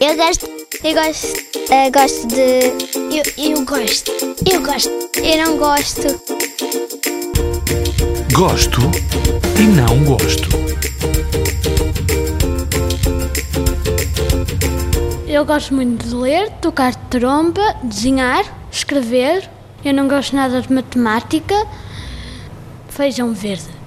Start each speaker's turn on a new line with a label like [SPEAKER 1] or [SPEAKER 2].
[SPEAKER 1] Eu gosto. Eu gosto. Eu gosto de. Eu, eu gosto. Eu gosto. Eu não gosto.
[SPEAKER 2] Gosto e não gosto.
[SPEAKER 3] Eu gosto muito de ler, tocar trompa, desenhar, escrever. Eu não gosto nada de matemática. Feijão verde.